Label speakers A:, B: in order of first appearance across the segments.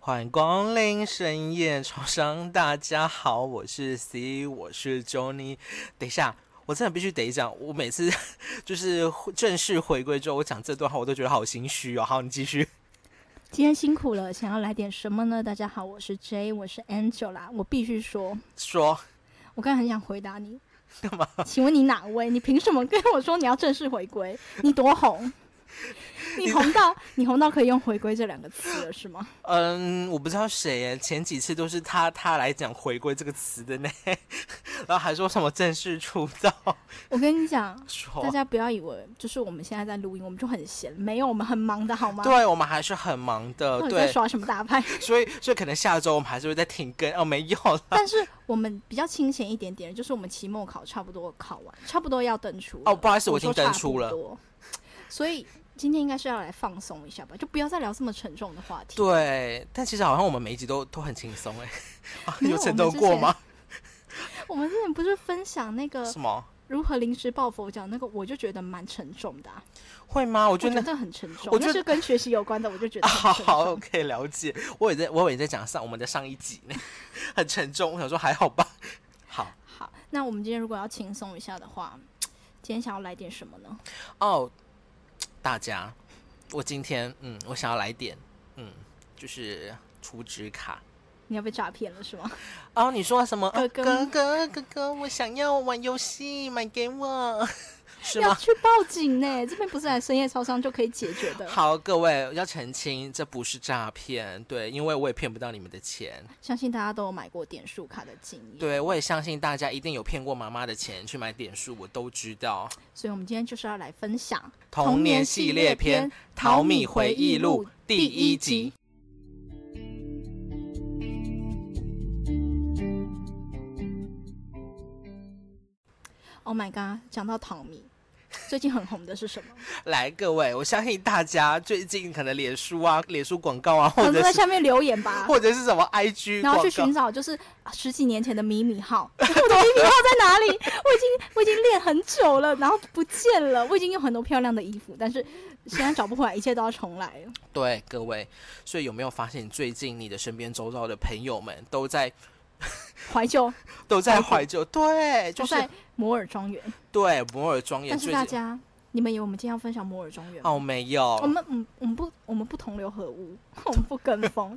A: 欢迎光临深夜超商，大家好，我是 C，我是 Johnny。等一下，我真的必须得讲，我每次 就是正式回归之后，我讲这段话，我都觉得好心虚哦。好，你继续。
B: 今天辛苦了，想要来点什么呢？大家好，我是 J，我是 Angela。我必须说，
A: 说
B: 我刚才很想回答你，
A: 干嘛？
B: 请问你哪位？你凭什么跟我说你要正式 回归？你多红？你红到你红到可以用“回归”这两个词了 是吗？
A: 嗯，我不知道谁耶，前几次都是他他来讲“回归”这个词的呢， 然后还说什么正式出道，
B: 我跟你讲，
A: 说
B: 大家不要以为就是我们现在在录音，我们就很闲，没有，我们很忙的好吗？
A: 对我们还是很忙
B: 到
A: 的，
B: 底在
A: 对，
B: 耍什么大牌？
A: 所以所以可能下周我们还是会再停更哦，没有 啦。
B: 但是我们比较清闲一点点，就是我们期末考差不多考完，差不多要登出了。
A: 哦，不好意思，
B: 我
A: 我已经
B: 说
A: 登
B: 差
A: 出
B: 不
A: 了。
B: 多。所以今天应该是要来放松一下吧，就不要再聊这么沉重的话题。，
A: 对，但其实好像我们每一集都都很轻松哎、啊，
B: 没 有
A: 有沉重过吗？呃
B: 我们之前不是分享那个
A: 什么？
B: 如何临时抱佛脚那个，我就觉得蛮沉重的、啊，
A: 会吗？我
B: 我
A: 觉得那
B: 得很沉重。
A: 我觉得
B: 那是跟学习有关的，我就觉
A: 啊，
B: 得很
A: 好
B: 沉重。
A: 好，OK，了解。我也在，我也在讲上我们的上一集呢，很沉重。我想说还好吧。好
B: 好那我们今天如果要轻松一下的话，今天想要来点什么呢？
A: 哦，大家，我今天嗯，我想要来点嗯，就是储值卡。
B: 你要被诈骗了是吗？
A: 哦，你说什么？呃
B: 哥
A: 哥
B: 哥
A: 哥哥哥，我想要玩游戏，买给我， 是
B: 要
A: 吗？
B: 去报警呢，这边不是来深夜超商就可以解决的。
A: 好，各位要澄清，这不是诈骗，对，因为我也骗不到你们的钱，
B: 相信大家都有买过点数卡的经验，
A: 对我也相信大家一定有骗过妈妈的钱去买点数，我都知道。
B: 所以我们今天就是要来分享
A: 童年系列篇《淘米回忆录》第一集。
B: Oh my god！讲到淘米，最近很红的是什么？
A: 来，各位，我相信大家最近可能脸书啊、脸书广告啊，或
B: 很多
A: 者
B: 在
A: 是
B: 下面留言 吧，
A: 或者是什么 IG
B: 然后去
A: 广
B: 寻
A: 告，
B: 找就是啊十几年前的迷你号， 我的迷你号在哪里？我已经我已经练很久了，然后不见了。我已经有很多漂亮的衣服，但是现在找不回来，一切都要重来了。
A: 对各位。所以有没有发现，最近你的身边周遭的朋友们都在
B: 怀旧
A: 都在怀旧？对，就
B: 就是在摩尔庄园，
A: 对摩尔庄园
B: 但是
A: 最
B: 大
A: 近
B: 家，你们以为我们今天要分享摩尔庄园吗？
A: 哦，没有，
B: 我们嗯，我们不，我们不同流合污，我们不跟风，我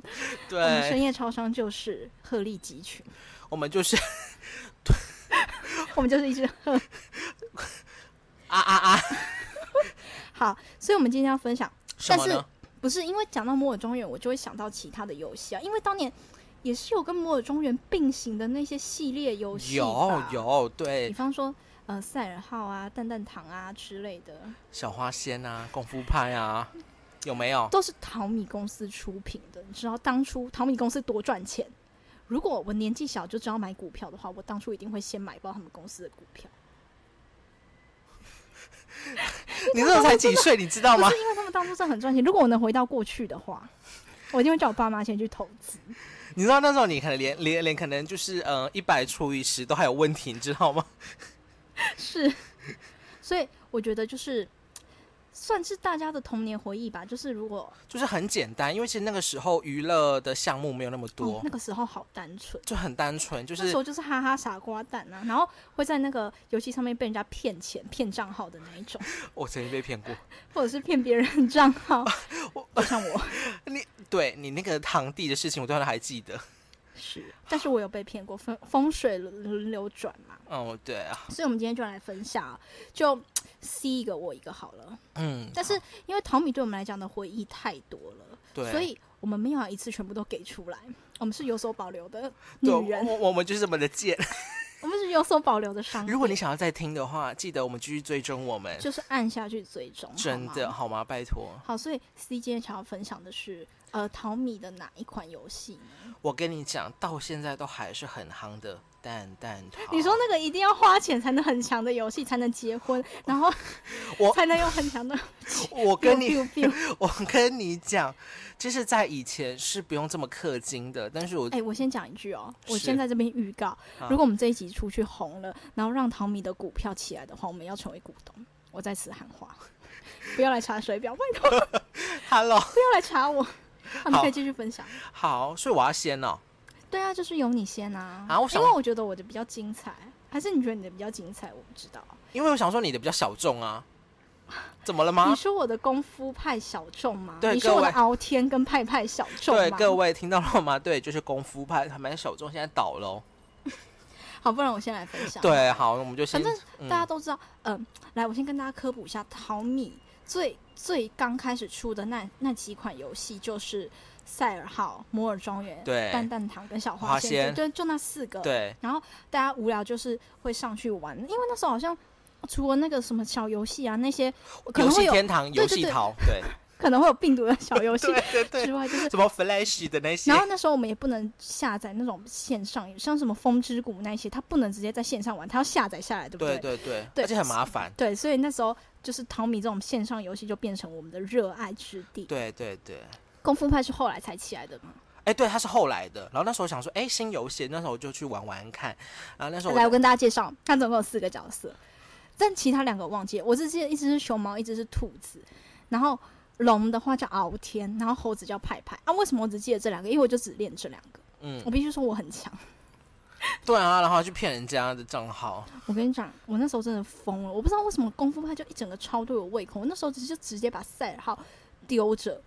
B: 们深
A: 对，
B: 夜超商就是鹤立鸡群，
A: 我们就是
B: 我们就是一只鹤。
A: 啊啊啊，
B: 好，所以我们今天要分享，
A: 什么
B: 但
A: 呢
B: 是？不是因为讲到摩尔庄园，我就会想到其他的游戏啊，因为当年也是有跟摩尔庄园并行的那些系列游戏，
A: 有，有，对
B: 比，方说呃赛尔号啊、蛋蛋糖啊之类的，
A: 小花仙啊，功夫派啊，有没有？
B: 都是淘米公司出品的。你知道当初淘米公司多赚钱？如果我年纪小就知道买股票的话，我当初一定会先买爆他们公司的股票。
A: 你那时候才几岁，你知道吗
B: 不？是因为他们当初真的很赚钱。如果我能回到过去的话，我一定会叫我爸妈先去投资。
A: 你知道那时候你可能连连连可能就是呃一百除以十都还有问题，你知道吗？
B: 是，所以我觉得就是算是大家的童年回忆吧。就是如果、哦
A: 就是很简单，因为其实那个时候娱乐的项目没有那么
B: 哦
A: 多，
B: 那个时候好单纯。
A: 就很单纯，就
B: 那
A: 是
B: 时候就是哈哈傻瓜蛋啊，然后会在那个游戏上面被人家骗钱、骗账号的那一种，
A: 我曾经被骗过。
B: 或者是骗别人账
A: 啊
B: 号，就像我
A: 对你那个堂弟的事情，我到现在还记得。
B: 是，但是我有被骗过，风风水轮流转嘛，
A: 嗯，对啊，
B: 所以我们今天就来分享啊，就 C 一个我一个好了。
A: 嗯，
B: 但是因为淘米对我们来讲的回忆太多了，
A: 对，
B: 所以我们没有要一次全部都给出来，我们是有所保留的女
A: 对
B: 人，
A: 我我们就是这么的贱。
B: 我们是有所保留的商
A: 如果你
B: 店
A: 想要再听的话，记得我们继续追踪我们，
B: 就是按下去追踪，好
A: 真的
B: 吗
A: 好吗？拜托，
B: 好，所以 C 今天想要分享的是，呃，淘米的哪一款游戏呢？
A: 我跟你讲，到现在都还是很夯的蛋蛋桃。
B: 你说那个一定要花钱才能很强的游戏才能 结婚，然后
A: 我
B: 才能有很强的
A: 我跟你
B: biu biu biu
A: 我跟你讲，就是在以前是不用这么氪金的，但是我、
B: 哎、我先讲一句哦，我
A: 是
B: 先在这边预告，
A: 啊
B: 如果我们这一集出去红了，然后让淘米的股票起来的话，我们要成为股东。我在此喊话，不要来查水表，拜托哎
A: Hello，
B: 不要来查我。好，你可以继续分享。
A: 好，所以我要先哦。
B: 对啊，就是由你先啊。
A: 啊我想
B: 因为我觉得我的比较精彩，还是你觉得你的比较精彩？我不知道。
A: 因为我想说你的比较小众啊，怎么了吗
B: 你？说我的功夫派小众吗？
A: 对
B: 你说
A: 各
B: 我的
A: 位
B: 敖天跟派派小众
A: 对，
B: 吗？
A: 各位听到了吗？对，就是功夫派，他们小众现在倒了哦。
B: 好，不然我先来分享。
A: 对，好，我们就先
B: 反正
A: 嗯
B: 大家都知道，嗯、来，我先跟大家科普一下，淘米最最刚开始出的那那几款游戏就是《赛尔号》《摩尔庄园》
A: 对
B: 蛋蛋堂》跟《小
A: 花
B: 花仙子
A: 仙
B: 对，就那四个。
A: 对
B: 大家无聊就是会上去玩，因为那时候好像除了那个什么小游戏啊，那些可
A: 游
B: 能会
A: 戏
B: 有
A: 天堂、
B: 对
A: 游
B: 对
A: 戏
B: 对
A: 淘，对
B: 可能会有病毒的小游戏
A: 对 对
B: 之外， 就是。
A: 什么 Flash 的那些
B: 然，后那时候我们也不能下载那种线上，像什么《风之谷》那些，它不能直接在线上玩，它要下载下来，对不
A: 对对对，
B: 对
A: 而且很麻烦。
B: 对，所以那时候就是淘米这种线上游戏就变成我们的热爱之地。
A: 对对对，
B: 功夫派是后来才起来的嘛？
A: 哎，对，它是后来的。然后那时候想说，哎，新游戏，那时候我就去玩玩看。然后那时候
B: 来，我
A: 我
B: 跟大家介绍，它总共有四个角色，但其他两个我忘记了，我只记得一只是熊猫，一只是兔子，然后龙的话叫敖天，然后猴子叫派派。啊，为什么我只记得这两个？因为我就只练这两个。
A: 嗯
B: 我，必须说我很强。
A: 对啊，然后去骗人家的账号，
B: 我跟你讲，我那时候真的疯了，我不知道为什么功夫派就一整个超对我胃口。我那时候只是就直接把赛尔号丢着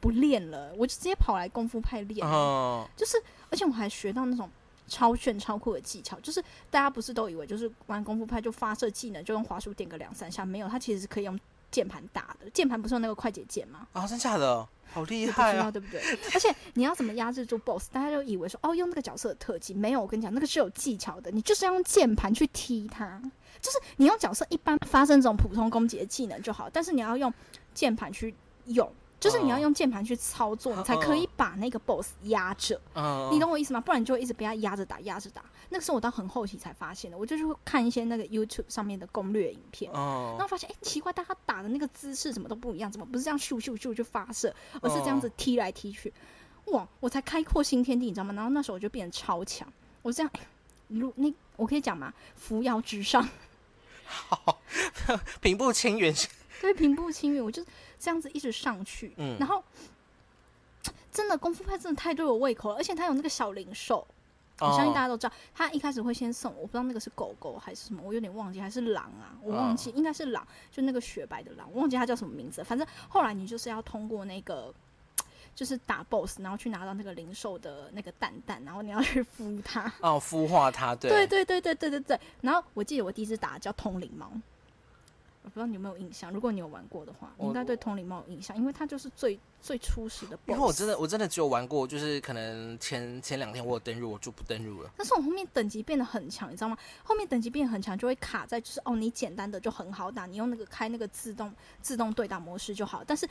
B: 不练了，我就直接跑来功夫派练。
A: 嗯，
B: 就是而且我还学到那种超炫超酷的技巧，就是大家不是都以为就是玩功夫派就发射技能就用滑鼠点个两三下，没有，它其实是可以用键盘打的。键盘不是有那个快捷键吗？
A: 啊，真假的，好
B: 你
A: 厉
B: 不
A: 害
B: 知道
A: 啊！
B: 对不对？而且你要怎么压制住 BOSS，大家就以为说哦用那个角色的特技，没有，我跟你讲那个是有技巧的，你就是要用键盘去踢它，就是你用角色一般发生这种普通攻击的技能就好，但是你要用键盘去用。就是你要
A: 哦
B: 用键盘去操作，你才可以把那个 boss 压着。
A: 嗯，
B: 你懂我意思吗？不然你就会一直被他压着打，压着打。那个是我到很后期才发现的，我就是会看一些那个 YouTube 上面的攻略影片，然
A: 嗯
B: 后发现哎、诶奇怪，大家打的那个姿势怎么都不一样，怎么不是这样咻咻咻就发射，而是这
A: 哦
B: 样子踢来踢去，哇！我才开阔新天地，你知道吗？然后那时候我就变得超强，我这样，诶如、那我可以讲嘛，扶摇直上，
A: 平步青云，
B: 对，平步青云，我就这样子一直上去，
A: 嗯
B: 然后。真的功夫派真的太对我胃口了，而且他有那个小灵兽，我相信大
A: 家
B: 家都知道，他一开始会先送，我不知道那个是狗狗还是什么，我有点忘记，还是狼啊，我忘
A: 嗯
B: 记，应该是狼，就那个雪白的狼，我忘记它叫什么名字了。反正后来你就是要通过那个，就是打 BOSS，然后去拿到那个零售的那个蛋蛋，然后你要去孵它。
A: 哦，孵化它，对
B: 对对对对对对对。然后我记得我第一只打的叫通灵猫，我不知道你有没有印象，如果你有玩过的话，你应该对通灵猫有印象，因为它就是最最初始的 BOSS。
A: 因为我真的我真的只有玩过，就是可能前前两天我有登入，我就不登入了。
B: 但是我后面等级变得很强，你知道吗？后面等级变得很强，就会卡在就是哦，你简单的就很好打，你用那个开那个自动自动对打模式就好。但是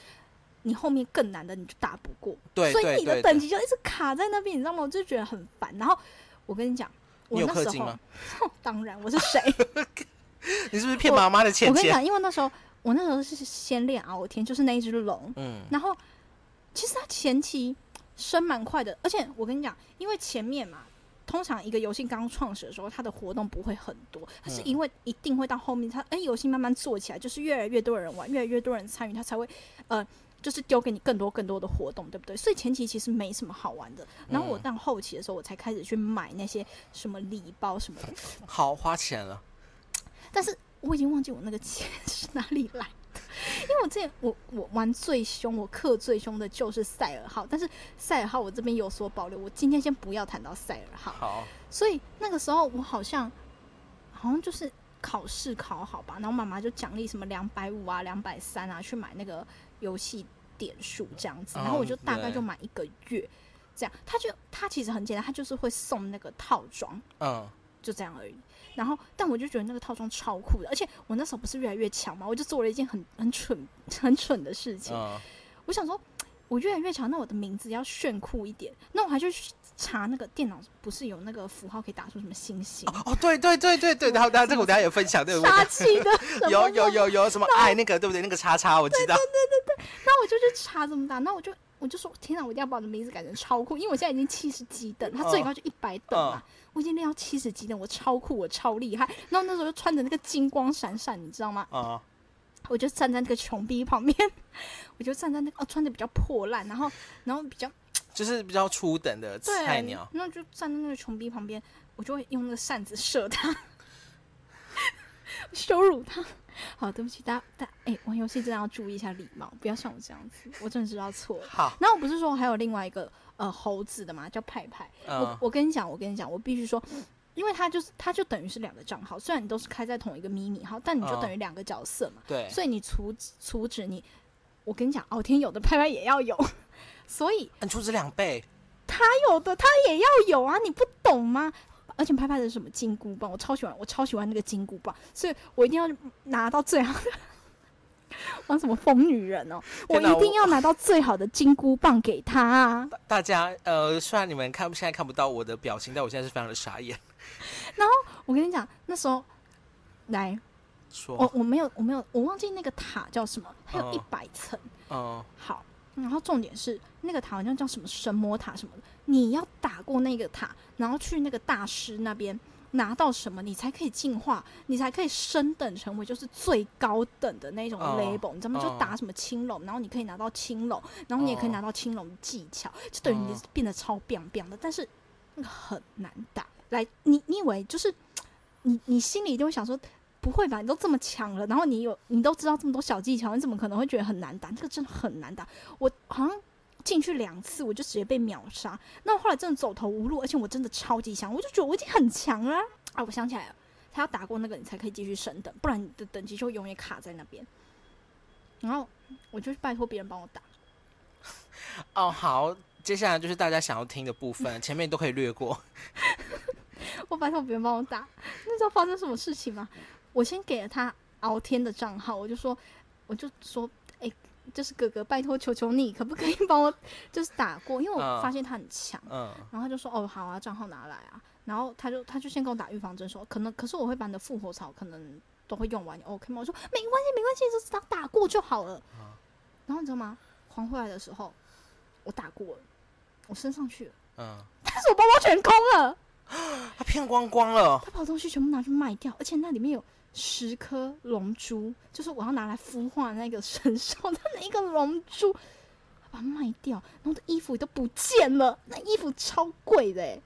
B: 你后面更难的你就打不过，
A: 对
B: 所以
A: 对
B: 你的
A: 对，
B: 等级就一直卡在那边，你知道吗？我就觉得很烦。然后我跟你讲，
A: 你
B: 我
A: 有
B: 那
A: 氪
B: 时
A: 金
B: 候、
A: 吗？
B: 当然我是 谁？
A: 你是不是骗妈妈的
B: 我
A: 钱
B: 跟你
A: 钱？
B: 讲，因为那时候我那时候是先练敖天，就是那一只龙，
A: 嗯，
B: 然后其实它前期升蛮快的，而且我跟你讲，因为前面嘛，通常一个游戏刚创始的时候，它的活动不会很多，它是因为一定会到后面，它哎游戏慢慢做起来，就是越来越多人玩，越来越多人参与，它才会呃。就是丢给你更多更多的活动，对不对？所以前期其实没什么好玩的。然后我
A: 嗯
B: 到后期的时候，我才开始去买那些什么礼包什么的，
A: 好花钱了。
B: 但是我已经忘记我那个钱是哪里来的，因为我之前我我玩最凶，我氪最凶的就是赛尔号，但是赛尔号我这边有所保留，我今天先不要谈到赛尔号。
A: 好，
B: 所以那个时候我好像好像就是考试考好吧，然后妈妈就奖励什么两百五啊、两百三啊，去买那个游戏点数这样子，
A: 嗯
B: 然后我就大概
A: 对
B: 就买一个月。这样，他就他其实很简单，他就是会送那个套装，
A: 嗯，
B: 就这样而已。然后，但我就觉得那个套装超酷的，而且我那时候不是越来越强嘛，我就做了一件很很蠢、 很蠢的事情。
A: 嗯，
B: 我想说，我越来越强，那我的名字要炫酷一点。那我还去查那个电脑，不是有那个符号可以打出什么星星、
A: 哦，对对对对对，然后大家这个我等下也分享，对不
B: 杀
A: 对？
B: 气 的什么
A: 有有
B: 的
A: 有有什么爱那个对不对？那个叉叉我知道，
B: 那我就去查怎么打，那我就我就说，天哪，我一定要把我的名字改成超酷，因为我现在已经七十几
A: 嗯
B: 等，他最高就一百等嘛，我已经练到七十几等，我超酷，我超厉害。然后那时候就穿着那个金光闪闪，你知道吗？
A: 啊，
B: 我就站在那个穷逼旁边， 我就站在那个哦穿的比较破烂，然后然后比较
A: 就是比较初等的
B: 对
A: 菜鸟，，
B: 那就站在那个穷逼旁边，我就会用那个扇子射他， 羞辱他。好，对不起，大家大家哎、玩游戏真的要注意一下礼貌，不要像我这样子，我真的知道错了。
A: 好，
B: 然后我不是说还有另外一个呃猴子的嘛，叫派派。我
A: 嗯
B: 我跟你讲，我跟你讲，我必须说，因为他就是他就等于是两个账号，虽然你都是开在同一个咪咪号，但你就
A: 嗯
B: 等于两个角色嘛，
A: 对，
B: 所以你阻止阻止你，我跟你讲，敖天有的派派也要有， 所以
A: 按出资两倍，
B: 他有的他也要有啊，你不懂吗？而且拍拍的是什么金箍棒，我超喜欢，我超喜欢那个金箍棒，所以我一定要拿到最好的。 玩什么疯女人哦！我
A: 天哪
B: 一定
A: 我
B: 要拿到最好的金箍棒给他、啊。
A: 大大家呃，虽然你们看现在看不到我的表情，但我现在是非常的傻眼。
B: 我跟你讲，那时候来，我
A: 说，
B: 我没有我没有我忘记那个塔叫什么，它有
A: 哦嗯
B: 一百层。
A: 嗯，
B: 好，然后重点是那个塔好像叫什么神魔塔什么的，你要打过那个塔，然后去那个大师那边拿到什么，你才可以进化，你才可以升等成为就是最高等的那种
A: 哦
B: level，、你知道吗？就
A: 哦
B: 打什么青龙，然后你可以拿到青龙，然后你也可以
A: 哦
B: 拿到青龙的技巧，就等于你
A: 哦
B: 变得超 biang biang 的，但是那个很难打。来，你你以为就是你你心里一定会想说。不会吧？你都这么强了，然后你有你都知道这么多小技巧，你怎么可能会觉得很难打？这个真的很难打。我好像进去两次，我就直接被秒杀。那我后来真的走投无路，而且我真的超级强，我就觉得我已经很强了啊啊！我想起来了，他要打过那个你才可以继续升等，不然你的等级就永远卡在那边。然后我就去拜托别人帮我打，
A: 哦，好，接下来就是大家想要听的部分，前面都可以略过。
B: 我拜托别人帮我打。那知道发生什么事情吗？我先给了他敖天的账号，我就说，我就说，哎、就是哥哥，拜托求求你，可不可以帮我就是打过？因为我
A: 嗯
B: 发现他很强。
A: 嗯，
B: 然后他就说：“哦，好啊，账号拿来啊。”然后他就他就先给我打预防针，说：“可能可是我会把你的复活草可能都会用完，你 OK 吗？”我说：“没关系，没关系，就只要打过就好了。
A: 啊
B: 然后你知道吗？还回来的时候，我打过了，我升上去了，
A: 嗯，
B: 但是我包包全空了，
A: 他骗光光了，
B: 他把我东西全部拿去卖掉，而且那里面有十颗龙珠，就是我要拿来孵化那个神兽的那一个龙珠，他把它卖掉，然后我的衣服也都不见了，那衣服超贵的、欸，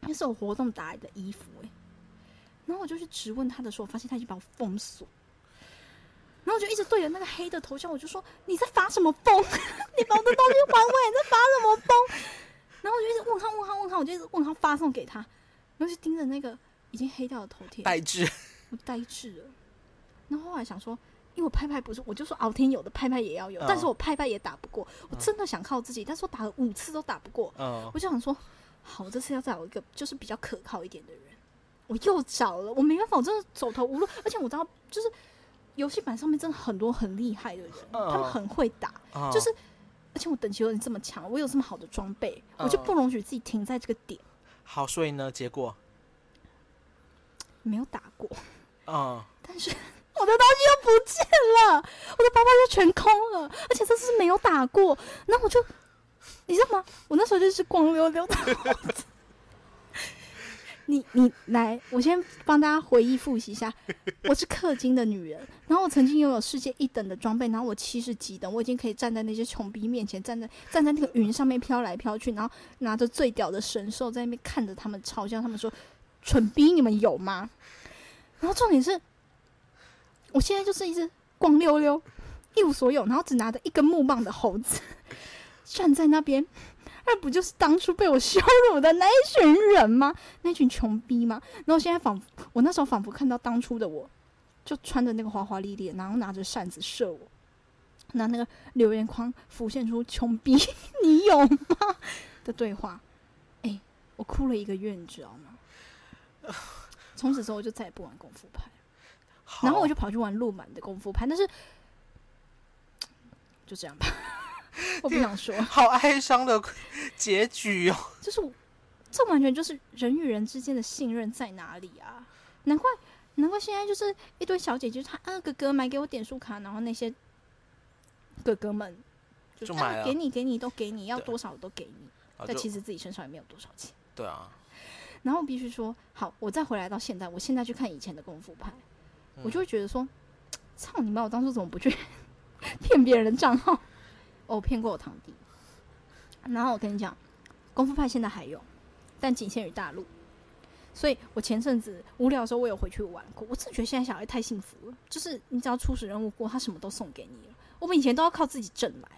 B: 那是我活动打来的衣服哎、然后我就去质问他的时候，我发现他已经把我封锁。然后我就一直对着那个黑的头像，我就说：“你在发什么疯？ 你把我的东西还我，欸你在发什么疯？”然后我就一直问他，问他，问他，我就一直问他发送给他，然后就盯着那个已经黑掉的头贴，
A: 呆滞。
B: 我呆滞了。然后后来想说，因为我拍拍不是，我就说敖天有的拍拍也要有，
A: 嗯
B: 但是我拍拍也打不过，我真的想靠自己，但是我打了五次都打不过，
A: 嗯，
B: 我就想说，好，我这次要找一个就是比较可靠一点的人。我又找了，我没办法，我真的走投无路，而且我知道就是游戏版上面真的很多很厉害的人，他们
A: 嗯
B: 很会打，
A: 嗯
B: 就是而且我等级有点这么强，我有这么好的装备，我就
A: 嗯
B: 不容许自己停在这个点，
A: 好，所以呢，结果，
B: 没有打过。
A: 嗯，
B: 但是 我的东西又不见了，我的包包就全空了，而且这次没有打过。然后我就，你知道吗？我那时候就是光溜溜的。你你来，我先帮大家回忆复习一下，我是氪金的女人，然后我曾经拥有世界一等的装备，然后我七十几等，我已经可以站在那些穷逼面前，站在站在那个云上面飘来飘去，然后拿着最屌的神兽在那边看着他们，嘲笑他们说：“蠢逼，你们有吗？”然后重点是，我现在就是一只光溜溜、一无所有，然后只拿着一根木棒的猴子，站在那边，那不就是当初被我羞辱的那一群人吗？那群穷逼吗？然后现在仿佛，我那时候仿佛看到当初的我，就穿着那个华华丽丽的，然后拿着扇子射我。那那个留言框浮现出“穷逼，你有吗”的对话，哎、我哭了一个月，你知道吗？从此之后，我就再也不玩功夫牌了。
A: 好
B: 然后我就跑去玩陆满的功夫牌，但是就这样吧，我不想 说，
A: 好哀伤的结局哦。
B: 就是我这完全就是人与人之间的信任在哪里啊？难怪难怪现在就是一堆小姐姐，她啊哥哥买给我点数卡，然后那些哥哥们就
A: 就
B: 说
A: 买
B: 啊
A: 了
B: 给你给你都给你，要
A: 对
B: 多少我都给你，
A: 啊
B: 但
A: 就
B: 其实自己身上也没有多少钱。
A: 对啊，
B: 然后我必须说，好，我再回来到现在，我现在去看以前的功夫牌，我就会觉得说，操你妈！我当初怎么不去 骗别人的账号？ 哦，我骗过我堂弟。然后我跟你讲，功夫派现在还有，但仅限于大陆。所以我前阵子无聊的时候，我有回去玩过。我真的觉得现在小孩太幸福了，就是你只要初始任务过，他什么都送给你了。我们以前都要靠自己挣来，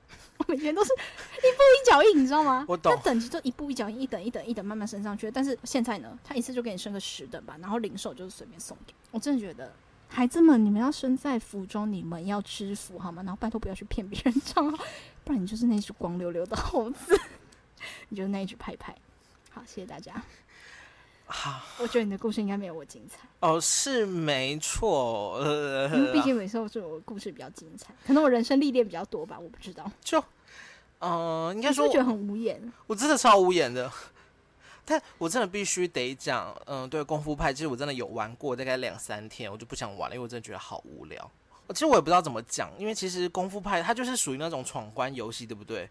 B: 我们以前都是一步一脚印，你知道吗？
A: 我懂
B: 他等级就一步一脚印，一等一等一等慢慢升上去。但是现在呢，他一次就给你升个十等吧，然后零售就是随便送给你。我真的觉得。孩子们，你们要身在福中，你们要知福好吗？然后拜托不要去骗别人账号，不然你就是那只光溜溜的猴子， 你就是那一只派派。好，谢谢大家。
A: 好
B: 我觉得你的故事应该没有我精 彩，
A: 哦，是没错，呃，
B: 因嗯为毕竟每次我觉得我的故事比较精彩，可能我人生历练比较多吧，我不知道。
A: 就，嗯、呃，应
B: 应
A: 该说
B: 觉得很无言，
A: 我真的超无言的。 但我真的必须得讲，嗯，对功夫派，其实我真的有玩过大概两三天，我就不想玩了，因为我真的觉得好无聊。其实我也不知道怎么讲，因为其实功夫派它就是属于那种闯关游戏，对不对？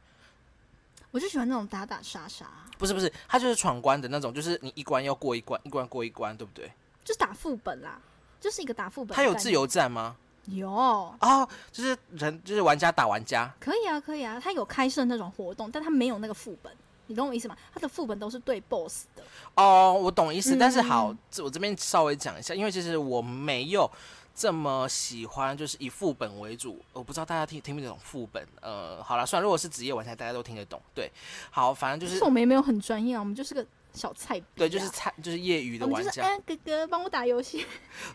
B: 我就喜欢那种打打杀杀，
A: 不是不是，它就是闯关的那种，就是你一关要过一关，一关过一关，对不对？
B: 就是打副本啦，就是一个打副本。
A: 它有自，由战吗？
B: 有
A: 哦，就是人就是玩家打玩家，
B: 可以啊，可以啊，他有开设那种活动，但他没有那个副本，你懂我意思吗？他的副本都是对 BOSS 的，
A: 哦，我懂意思，
B: 嗯
A: 但是好
B: 嗯，
A: 这我这边稍微讲一下，因为其实我没有这么喜欢，就是以副本为主。我不知道大家听听不听得懂副本，呃，好了，算了，如果是职业玩家，大家都听得懂。对，好，反正就
B: 就是是我们也没有很专业啊，我们就是个小菜逼啊、
A: 对，就是菜，就是业余的
B: 我们
A: 玩
B: 就是
A: 家。
B: 哎、哥哥帮我打游戏，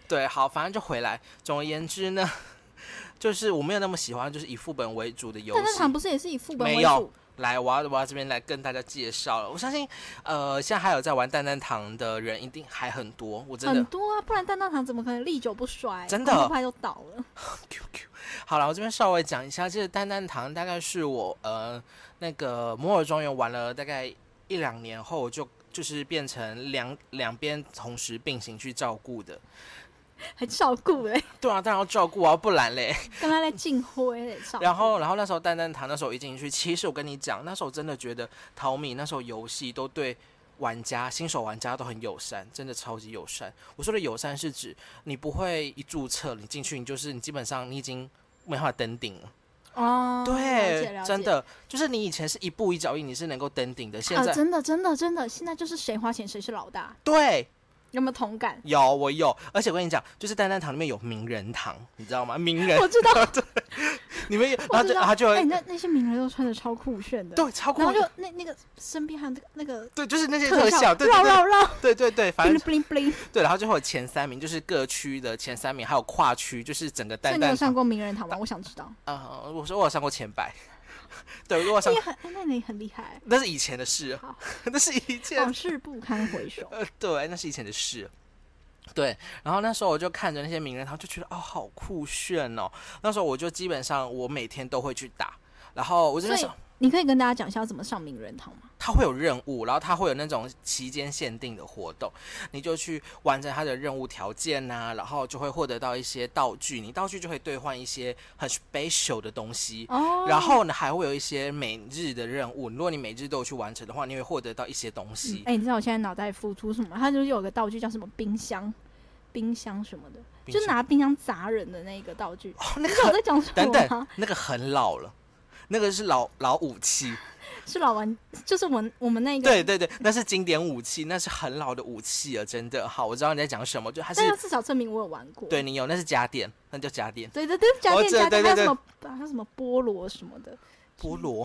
A: 对，好，反正就回来。总而言之呢， 就是我没有那么喜欢，就是以副本为主的游
B: 但他
A: 戏
B: 场。不是也是以副本
A: 没
B: 为
A: 有
B: 主？
A: 来，我要我要这边来跟大家介绍了。我相信，呃，现在还有在玩蛋蛋堂的人一定还很多，我真的
B: 很多啊，不然蛋蛋堂怎么可能历久不衰？
A: 真的
B: 很快都倒了。
A: QQ。好了，我这边稍微讲一下，这个蛋蛋糖大概是我呃那个摩尔庄园玩了大概一两年后，我就就是变成两两边同时并行去照顾的。
B: 还照顾嘞，
A: 对啊，当然要照顾啊，不然嘞。
B: 跟他在进灰嘞，照顾
A: 然后，然后那时候蛋蛋糖那时候一进去，其实我跟你讲，那时候真的觉得淘米那时候游戏都对。玩家、新手玩家都很友善，真的超级友善。我说的友善是指你不会一注册，你进去你就是你基本上你已经没办法登顶了。
B: 哦，了解
A: 对
B: 了，解
A: 真的就是你以前是一步一脚印，你是能够登顶的。现在、
B: 啊、真的真的真的，现在就是谁花钱谁是老大，
A: 对
B: 有没有同 感？
A: 有我有，而且我跟你讲，就是蛋蛋堂里面有名人堂，你知道吗？名人
B: 我知道，
A: 你们有，然
B: 我
A: 后
B: 知
A: 就
B: 道，
A: 他就
B: 哎、
A: 会
B: 那那些名人都穿的超酷炫的，，
A: 对超
B: 然
A: 过
B: 后就那那个身边还有那个那个
A: 对，就是那些特效，
B: 效，
A: 对对
B: 绕
A: 对
B: 绕嗯绕
A: 对对对，反正
B: ，bling bling bling。
A: 对，然后就会有前三名，就是各区的前三名，还有跨区，就是整个
B: 所以
A: 蛋
B: 你有
A: 蛋
B: 上
A: 堂。
B: 过名人堂吗？我想知道，
A: 呃，我说我有上过前百， 对，如果上
B: 你，也很，哎那你很厉害，
A: 那是以前的事
B: 好，
A: 那是以前
B: 往事不堪回首。
A: 呃，对，那是以前的事。对，然后那时候我就看着那些名人堂，就觉得哦，好酷炫哦。那时候我就基本上我每天都会去打，然后我就那时候
B: 你可以跟大家讲一下要怎么上名人堂吗？
A: 他会有任务，然后他会有那种期间限定的活动，你就去完成他的任务条件呐、然后就会获得到一些道具，你道具就可以兑换一些很 special 的东西。
B: 哦，
A: 然后呢，还会有一些每日的任务，如果你每日都有去完成的话，你会获得到一些东西。
B: 哎、你知道我现在脑袋付出什么？它就是有个道具叫什么冰箱，冰箱什么的，
A: 冰
B: 就是
A: 箱
B: 拿冰箱砸人的那个 道具。
A: 哦，那
B: 你
A: 个
B: 知道我在讲什么
A: 等
B: 吗？
A: 等，那个很老了，那个是老老武器。
B: 是老玩，就是我们我们那个。
A: 对。对对，那是经典武器，那是很老的武器了，啊真的。好，我知道你在讲什么，就它是
B: 但要至少证明我有玩过。
A: 对你有，那是家电，那叫家电。
B: 对对对，家电
A: 这
B: 家
A: 对
B: 电还
A: 对
B: 有什么还有什么菠萝什么的，
A: 菠萝，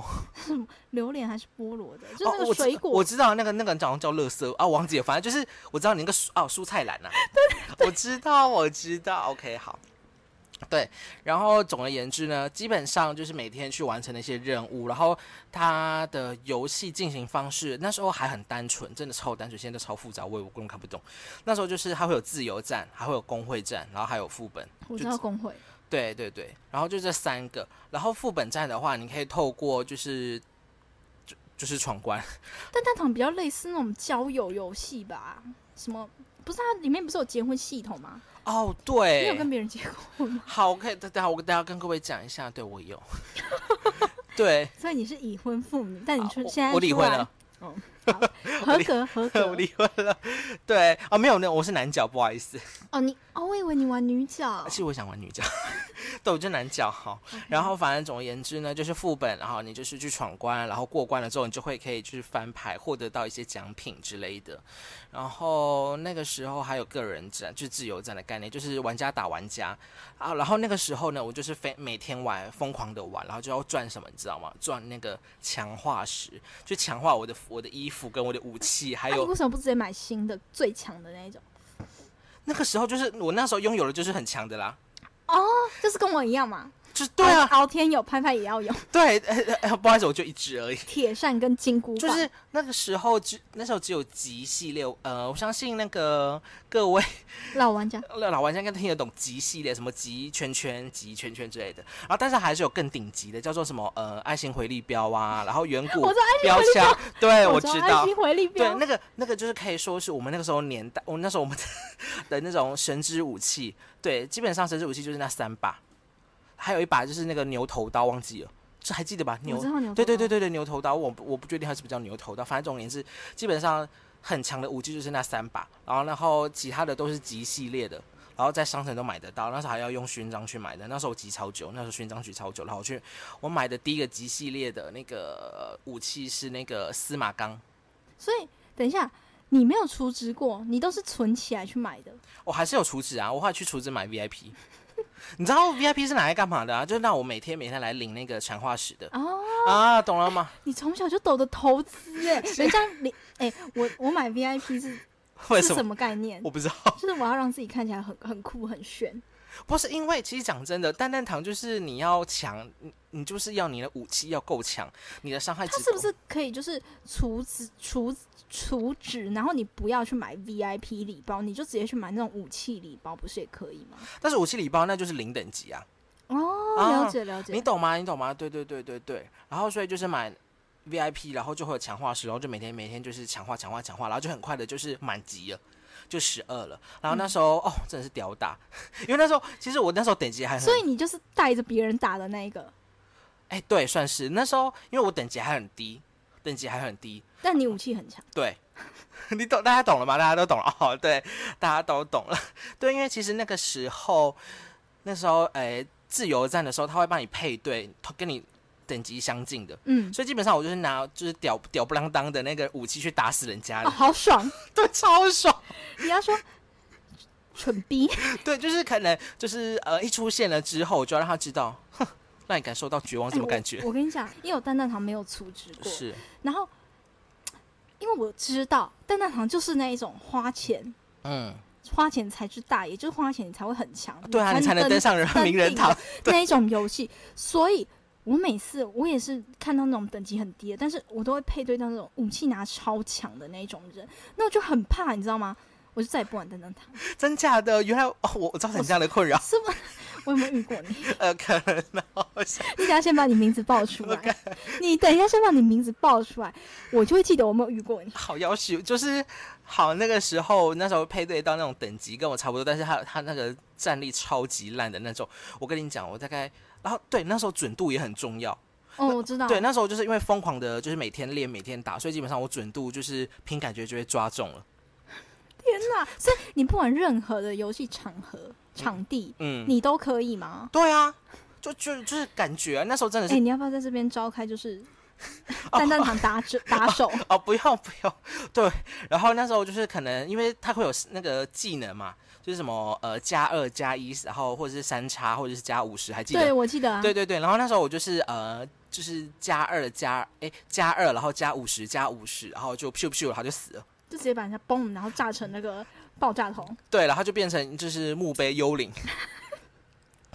B: 榴莲还是菠萝的，就是
A: 哦
B: 那，
A: 我
B: 个
A: 知
B: 水
A: 我
B: 果。
A: 知道那个那个好像叫乐色啊，王姐，反正就是我知道你那个蔬哦蔬菜篮 呐、啊，我知道我知道，OK 好。对，然后总而言之呢，基本上就是每天去完成那些任务，然后它的游戏进行方式那时候还很单纯，真的超单纯，现在都超复杂，我也我根本看不懂。那时候就是它会有自由战，还会有工会战，然后还有副本，
B: 我知
A: 就
B: 道工会，
A: 对对对，然后就这三个，然后副本战的话，你可以透过就是就就是闯关，
B: 但蛋挞比较类似那种交友游戏吧？什么？不是它里面不是有结婚系统吗？
A: 哦，
B: 你有
A: 对
B: 跟，别人结婚吗？
A: 好，OK，等等下，我跟大家跟各位讲一下，对我有，对，
B: 所以你是已婚妇女，但你
A: 好
B: 说
A: 啊我
B: 现在
A: 我离
B: 出
A: 婚
B: 来
A: 了，
B: 哦好 合格合
A: 我
B: 格。
A: 离婚了。对哦，没有那我是男角，不好意思。
B: 哦，你哦，我以为你玩女角
A: 其。实我想玩女角， 对，我就男角好。然后反正总而言之呢，就是副本，然后你就是去闯关，然后过关了之后，你就会可以去翻牌，获得到一些奖品之类的。然后那个时候还有个人战，就是自由战的概念，就是玩家打玩家啊。然后那个时候呢，我就是非每天玩，疯狂的玩，然后就要赚什么，你知道吗？赚那个强化石，就强化我的我的衣服跟我的武器，还
B: 那、啊你
A: 有
B: 为什么不直接买新的最强的那一种？
A: 那个时候就是我那时候拥有的就是很强的啦，
B: 就是跟我一样嘛。
A: 就是对啊，
B: 敖敖天有，拍拍也要有，
A: 对，呃呃不好意思，我就一只而已。
B: 铁扇跟金箍棒。
A: 就是那个时候只那时候只有集系列，呃，我相信那个各位
B: 老玩家，
A: 老玩家应该听得懂集系列，什么集圈圈、集圈圈之类的。然后，但是还是有更顶级的，叫做什么呃爱心回力镖啊，然后远古
B: 我知道哎
A: 标枪，对
B: 我
A: 哎我
B: 抓
A: 知
B: 爱
A: 道。
B: 心回力
A: 对，
B: 镖。
A: 那个那个就是可以说是我们那个时候年代，我们那时候我们 的那种神之武器，对，基本上神之武器就是那三把，还有一把就是那个牛头刀，忘记了，这还记得吧？牛
B: 我知道牛头刀。
A: 对对对对对，牛头刀，我不我不确定它是不是叫牛头刀，反正总而言之，基本上很强的武器就是那三把，然后然后其他的都是集系列的，然后在商城都买得到，那时候还要用勋章去买的，那时候我集超久，那时候勋章集超久，然后我去我买的第一个集系列的那个武器是那个司马刚，
B: 所以等一下，你没有储值过，你都是存起来去买的。
A: 我还是有储值啊，我后来去储值买 VIP。你知道 VIP 是拿来干嘛的啊？就是让我每天每天来领那个强化石的
B: 哦，
A: 啊，懂了吗？
B: 你从小就懂得 投资哎、人家你哎、我我买 VIP 是
A: 为
B: 是
A: 什
B: 什
A: 么？
B: 么概念
A: 我？不知道。
B: 就是我要让自己看起来很很酷很炫。
A: 不是因为，其实讲真的，蛋蛋糖就是你要强，你你就是要你的武器要够强，你的伤害值
B: 它是不是可以就是储值储储值，然后你不要去买 VIP 礼包，你就直接去买那种武器礼包，不是也可以吗？
A: 够？但是武器礼包那就是零等级啊，
B: 哦，
A: 啊
B: 了解了解。
A: 你懂吗？你懂吗？对对对对对。然后所以就是买 VIP，然后就会有强化石，然后就每天每天就是强化强化强化，然后就很快的就是满级了。就十二了，然后那时候、哦，真的是屌打， 因为那时候其实我那时候等级还很，
B: 所以你就是带着别人打的那一个，
A: 哎、对，算是那时候，因为我等级还很低，等级还很低，
B: 但你武器很强。
A: 对， 你懂，大家懂了吗？大家都懂了哦，对，大家都懂了。 对，因为其实那个时候，那时候，诶、自由战的时候，他会帮你配对，他跟你等级相近的，
B: 嗯，
A: 所以基本上我就是拿就是屌屌不啷当的那个武器去打死人家
B: 哦，
A: 的，
B: 好爽！
A: 对，超爽。
B: 你要说蠢逼，
A: 对，就是可能就是呃，一出现了之后，我就要让他知道，哼，让你感受到绝望什么
B: 哎
A: 感觉。
B: 我？我跟你讲，因为我蛋蛋糖没有储值过，
A: 是，
B: 然后因为我知道蛋蛋糖就是那一种花钱。
A: 嗯，
B: 花钱才是大爷，就是花钱你才会很强，
A: 对啊，你才能登啊上人名人 堂。对
B: 那一种游戏。所以我每次我也是看到那种等级很低的，但是我都会配对到那种武器拿超强的那一种人，那我就很怕，你知道吗？我就再也不玩蛋蛋糖，
A: 真假的？原来哦，我我造成你这样的困扰，
B: 是吗？我有没有遇过你？
A: 呃，可能哦，我想
B: 你等一下先把你名字报出来， 你等一下先把你名字报出来，我就会记得我有没有遇过 你。
A: 好要求，就是好那个时候，那时候配对到那种等级跟我差不多，但是他他那个战力超级烂的那种。我跟你讲，我大概，然后对那时候准度也很重要。
B: 哦，我知道，
A: 对，那时候就是因为疯狂的，就是每天练，每天打，所以基本上我准度就是凭感觉就会抓中了。
B: 天哪！所以你不管任何的游戏场合、场地，
A: 嗯，
B: 你都可以吗？
A: 对啊，就就就是感觉、啊、那时候真的
B: 哎、
A: 是、
B: 你要不要在这边召开就是蛋蛋堂 打手打手？
A: 哦，不用不用， 对。然后那时候就是可能因为他会有那个技能嘛，就是什么呃加二加一，然后或者是三叉，或者是加五十，还记得吗
B: 对，我记得啊。
A: 对对对，然后那时候我就是呃，就是加二加哎加二，然后加五十加五十，然后就咻咻，然后就死了。
B: 就直接把人家嘣，然后炸成那个爆炸头。
A: 对，然后就变成就是墓碑幽灵。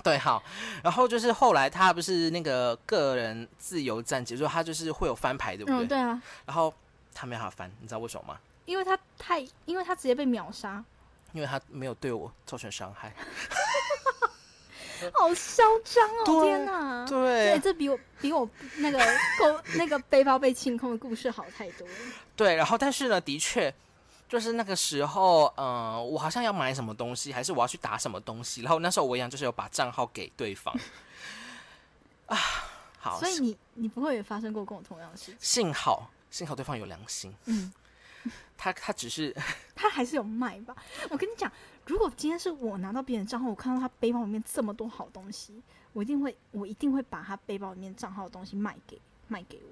A: 对，好，然后就是后来他不是那个个人自由战结束，他就是会有翻牌，对不对？
B: 嗯，对啊，
A: 然后他没有办法翻，你知道为什么吗？
B: 因为他太，因为他直接被秒杀，
A: 因为他没有对我造成伤害。
B: 好嚣张
A: 嗯
B: 哦！
A: 对
B: 天哪，
A: 对
B: 这比我比我那 个购那个背包被清空的故事好太多了。
A: 对，然后但是呢，的确。就是那个时候，嗯、我好像要买什么东西，还是我要去打什么东西。然后那时候我一样就是有把账号给对方。啊，好，
B: 所以你你不会也发生过跟我同样的事情？
A: 幸好幸好对方有良心，
B: 嗯，
A: 他他只是
B: 他还是有卖吧。我跟你讲，如果今天是我拿到别人账号，我看到他背包里面这么多好东西，我一定会，我一定会把他背包里面账号的东西卖给卖给我，